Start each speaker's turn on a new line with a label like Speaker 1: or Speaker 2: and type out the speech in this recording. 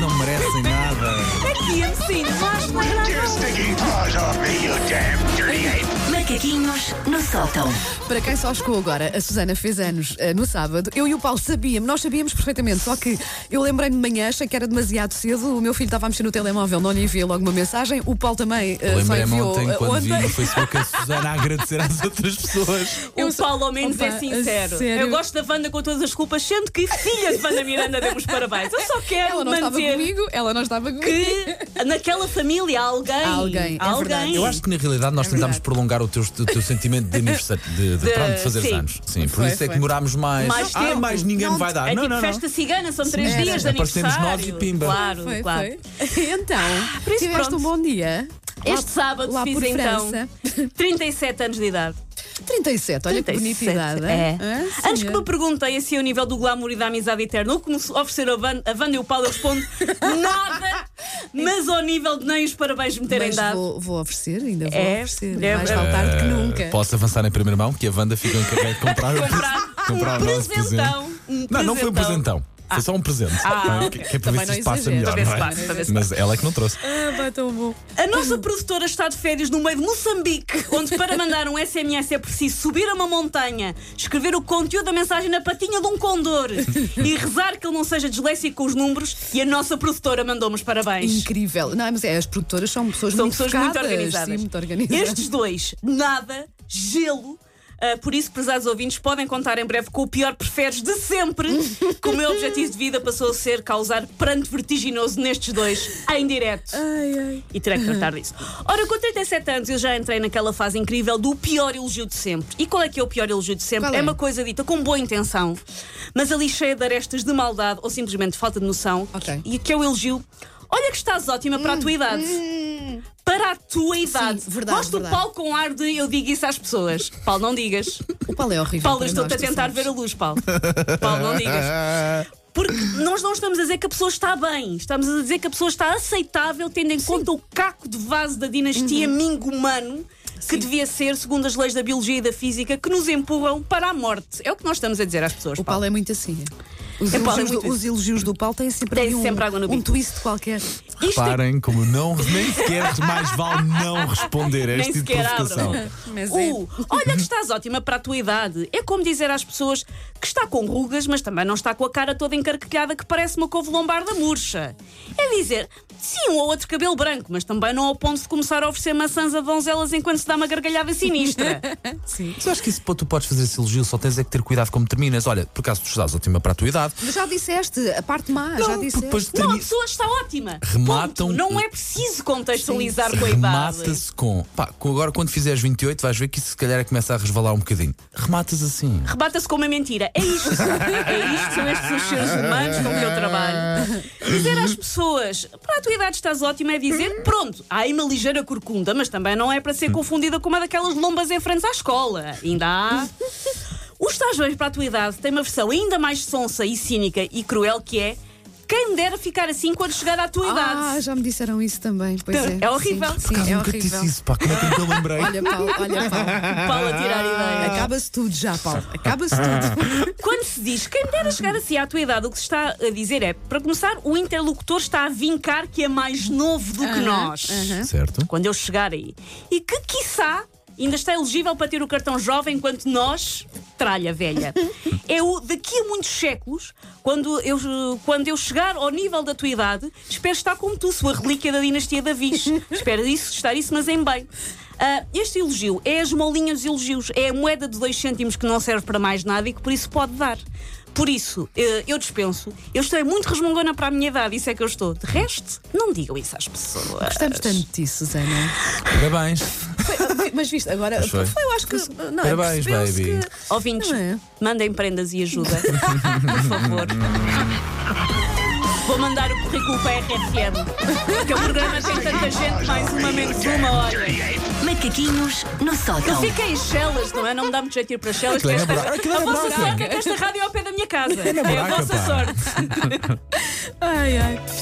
Speaker 1: não merecem nada.
Speaker 2: Aqui, Amocinho, lá está a
Speaker 3: é
Speaker 4: Get your
Speaker 2: gravar.
Speaker 4: stinking paws off me, you damn dirty ape!
Speaker 5: Macaquinhos no sótão.
Speaker 6: Para quem só chegou agora, a Susana fez anos eh, no sábado. Eu e o Paulo sabíamos, nós sabíamos perfeitamente, só que eu lembrei-me de manhã, achei que era demasiado cedo. O meu filho estava a mexer no telemóvel, não lhe enviei logo uma mensagem. O Paulo também eh, só
Speaker 1: Lembrei-me
Speaker 6: enviou
Speaker 1: ontem
Speaker 6: eh,
Speaker 1: quando vi no Facebook a Susana a agradecer às outras pessoas.
Speaker 3: O Paulo ao menos
Speaker 6: Opa,
Speaker 3: é sincero.
Speaker 6: a sério?
Speaker 3: Eu gosto da Wanda com todas as culpas, sendo que filha de Wanda Miranda demos parabéns. Eu só quero
Speaker 6: Ela não estava
Speaker 3: manter
Speaker 6: comigo, ela não estava comigo.
Speaker 3: que naquela família há alguém.
Speaker 6: Há alguém, é
Speaker 3: há alguém.
Speaker 6: verdade.
Speaker 1: Eu acho que na realidade nós tentámos
Speaker 6: verdade.
Speaker 1: prolongar o teu, o teu sentimento de aniversário, de, de,
Speaker 3: É De-
Speaker 1: pronto, de fazer
Speaker 3: sim.
Speaker 1: anos. Sim, por
Speaker 6: Foi,
Speaker 1: isso é que
Speaker 6: foi.
Speaker 1: demorámos mais.
Speaker 3: Mais
Speaker 1: Ai,
Speaker 3: tempo.
Speaker 1: mais ninguém me
Speaker 6: Não,
Speaker 1: vai dar.
Speaker 3: É
Speaker 1: não,
Speaker 3: tipo
Speaker 1: não, não.
Speaker 3: festa cigana, são três
Speaker 6: Era.
Speaker 3: dias de
Speaker 1: Aparecemos
Speaker 3: aniversário.
Speaker 1: nós e pimba.
Speaker 3: Claro,
Speaker 6: Foi,
Speaker 3: claro. Ah,
Speaker 6: foi. Então,
Speaker 3: isso
Speaker 6: tiveste
Speaker 3: pronto.
Speaker 6: um bom dia.
Speaker 3: Este sábado
Speaker 6: lá
Speaker 3: fiz
Speaker 6: por
Speaker 3: então
Speaker 6: França.
Speaker 3: 37 anos de idade.
Speaker 6: 37, olha que bonita
Speaker 3: 37,
Speaker 6: idade.
Speaker 3: É.
Speaker 6: hein? Ah,
Speaker 3: Antes que
Speaker 6: senhor.
Speaker 3: me perguntem assim o nível do glamour e da amizade eterna, ou que me oferecer a Van- a Wanda e o Paulo, eu respondo nada, mas ao nível de nem os parabéns me terem
Speaker 6: Mas
Speaker 3: dado.
Speaker 6: Vou, vou oferecer, ainda vou
Speaker 3: É,
Speaker 6: oferecer.
Speaker 3: é
Speaker 6: mais
Speaker 3: verdade.
Speaker 6: vale tarde que
Speaker 1: Eh,
Speaker 6: nunca.
Speaker 1: Posso avançar em primeira mão que a Wanda fica encarregada de comprar, o-
Speaker 3: Comprar
Speaker 1: comprar
Speaker 3: um
Speaker 1: o nosso
Speaker 3: presentão, um
Speaker 1: não, não foi um
Speaker 3: presentão. Ah.
Speaker 1: presentão. Foi só um presente. Não é? Que- que é para ver
Speaker 6: Também
Speaker 1: se
Speaker 6: não
Speaker 1: isto passa melhor.
Speaker 3: Para
Speaker 6: exagero.
Speaker 3: ver se
Speaker 1: não é?
Speaker 3: passa, para ver se
Speaker 1: Mas ela é que não trouxe.
Speaker 6: Ah, vai tão bom.
Speaker 3: A nossa produtora está de férias no meio de Moçambique, onde para mandar um SMS é preciso subir a uma montanha, escrever o conteúdo da mensagem na patinha de um condor e rezar que ele não seja disléxico com os números. E a nossa produtora mandou-me os parabéns.
Speaker 6: Incrível. Não, mas é, as produtoras são pessoas
Speaker 3: São
Speaker 6: muito
Speaker 3: pessoas
Speaker 6: focadas,
Speaker 3: muito organizadas.
Speaker 6: Sim, muito organizadas.
Speaker 3: Estes dois, nada, gelo. Ah, por isso, prezados ouvintes, podem contar em breve com o pior preferes de sempre, que o meu objetivo de vida passou a ser causar pranto vertiginoso nestes dois, em direto.
Speaker 6: Ai, ai.
Speaker 3: E terei que tratar disso. Ora, com 37 anos eu já entrei naquela fase incrível do pior elogio de sempre. E qual é que é o pior elogio de sempre?
Speaker 6: Qual é?
Speaker 3: uma coisa dita com boa intenção, mas ali cheia de arestas de maldade ou simplesmente de falta de noção.
Speaker 6: Ok. Hum,
Speaker 3: E que é o elogio. Olha que estás ótima para a tua idade. Para a tua idade.
Speaker 6: verdade,
Speaker 3: Gosto do
Speaker 6: verdade.
Speaker 3: Paulo com ar de eu digo isso às pessoas. Paulo, não digas.
Speaker 6: O Paulo é horrível.
Speaker 3: Paulo,
Speaker 6: para
Speaker 3: eu estou-te a
Speaker 6: nós, tu
Speaker 3: tentar
Speaker 6: sabes.
Speaker 3: ver a luz, Paulo. Paulo, não digas. Porque nós não estamos a dizer que a pessoa está bem, estamos a dizer que a pessoa está aceitável, tendo em conta o caco de vaso da dinastia
Speaker 6: Uhum.
Speaker 3: Mingo Humano, que devia ser, segundo as leis da biologia e da física, que nos empurram para a morte. É o que nós estamos a dizer às pessoas.
Speaker 6: O Paulo é muito assim. Os,
Speaker 3: É, Paulo, é
Speaker 6: elogios,
Speaker 3: muito
Speaker 6: do, os elogios do Paulo têm sempre,
Speaker 3: Tem
Speaker 6: ali um,
Speaker 3: sempre água no
Speaker 6: um
Speaker 3: bico.
Speaker 6: twist qualquer.
Speaker 3: Isto é-
Speaker 1: Parem como não, nem sequer mais vale não responder a
Speaker 3: Nem
Speaker 1: este tipo de
Speaker 3: sequer abram.
Speaker 1: provocação.
Speaker 6: Mas é.
Speaker 3: Uh, olha que estás ótima para a tua idade. É como dizer às pessoas que está com rugas, mas também não está com a cara toda encarquilhada que parece uma couve lombarda murcha. É dizer, sim, um ou outro cabelo branco, mas também não ao ponto de começar a oferecer maçãs a donzelas enquanto se dá uma gargalhada sinistra.
Speaker 6: Sim.
Speaker 1: Mas eu acho que isso, pô, tu podes fazer esse elogio, só tens é que ter cuidado como terminas. Olha, por acaso tu estás ótima para a tua idade.
Speaker 6: Mas já disseste, a parte má, já
Speaker 1: Não,
Speaker 6: disseste.
Speaker 1: depois
Speaker 3: não, a
Speaker 1: termi-
Speaker 3: pessoa está ótima.
Speaker 1: Rematam-
Speaker 3: Ponto. Não é preciso contextualizar com a idade.
Speaker 1: Remata-se com. Pá, com- agora quando fizeres 28, vais ver que isso se calhar é que começa a resvalar um bocadinho. Rematas assim.
Speaker 3: Rebata-se com uma mentira. É isto. É isto, são estes os seres humanos com que eu é trabalho. Dizer às pessoas, para a tua idade estás ótima, é dizer, pronto, há aí uma ligeira corcunda, mas também não é para ser confundida com uma daquelas lombas em frente à escola. Ainda há. O estás bem para a tua idade tem uma versão ainda mais sonsa e cínica e cruel que é quem me dera ficar assim quando chegar à tua
Speaker 6: Ah,
Speaker 3: idade.
Speaker 6: já me disseram isso também. Pois é.
Speaker 3: É horrível.
Speaker 6: Sim,
Speaker 3: Por
Speaker 6: sim,
Speaker 1: Caso
Speaker 6: é
Speaker 1: nunca te
Speaker 6: horrível.
Speaker 1: disse isso, pá, como é que eu nunca lembrei?
Speaker 6: Olha, Paulo, olha, Paulo.
Speaker 3: Paulo a tirar ideias.
Speaker 6: Acaba-se tudo já, Paulo. Acaba-se tudo.
Speaker 3: Quando se diz quem me dera chegar assim à tua idade, o que se está a dizer é, para começar, o interlocutor está a vincar que é mais novo do que
Speaker 6: Aham,
Speaker 3: nós.
Speaker 6: aham.
Speaker 1: Certo?
Speaker 3: Quando eu chegar aí. E que, quiçá, ainda está elegível para ter o cartão jovem, enquanto nós, tralha velha. É o daqui a muitos séculos, quando eu, quando eu chegar ao nível da tua idade, espero estar como tu, sua relíquia da dinastia da Viz. espero isso, estar isso, mas em bem. Ah, este elogio é as molinhas dos elogios, é a moeda de dois cêntimos que não serve para mais nada e que por isso pode dar. Por isso, eh, eu dispenso. Eu estou muito resmungona para a minha idade, isso é que eu estou. De resto, não digam isso às pessoas.
Speaker 6: Gostamos tanto de ti, Susana.
Speaker 1: Parabéns.
Speaker 6: Foi- Mas viste, agora
Speaker 1: Pois foi.
Speaker 6: foi. eu acho que. Não,
Speaker 1: Parabéns,
Speaker 6: percebeu-se
Speaker 1: baby.
Speaker 6: que-
Speaker 3: Ouvintes,
Speaker 6: Não é?
Speaker 3: mandem prendas e ajuda. Por favor. Vou mandar o currículo para a RFM. Porque o programa tem tanta gente, mais uma, menos uma, olha.
Speaker 5: Macaquinhos no
Speaker 3: Eu
Speaker 5: sótão.
Speaker 3: fiquei em Chelas, não é? Não me dá muito jeito ir para Chelas.
Speaker 1: Aquilo é
Speaker 3: que esta-
Speaker 1: buraco, aquilo é
Speaker 3: a vossa
Speaker 1: buraco.
Speaker 3: sorte é que esta rádio é ao pé da minha casa. É, a
Speaker 1: buraco,
Speaker 3: vossa
Speaker 1: pá.
Speaker 3: sorte.
Speaker 6: Ai, ai.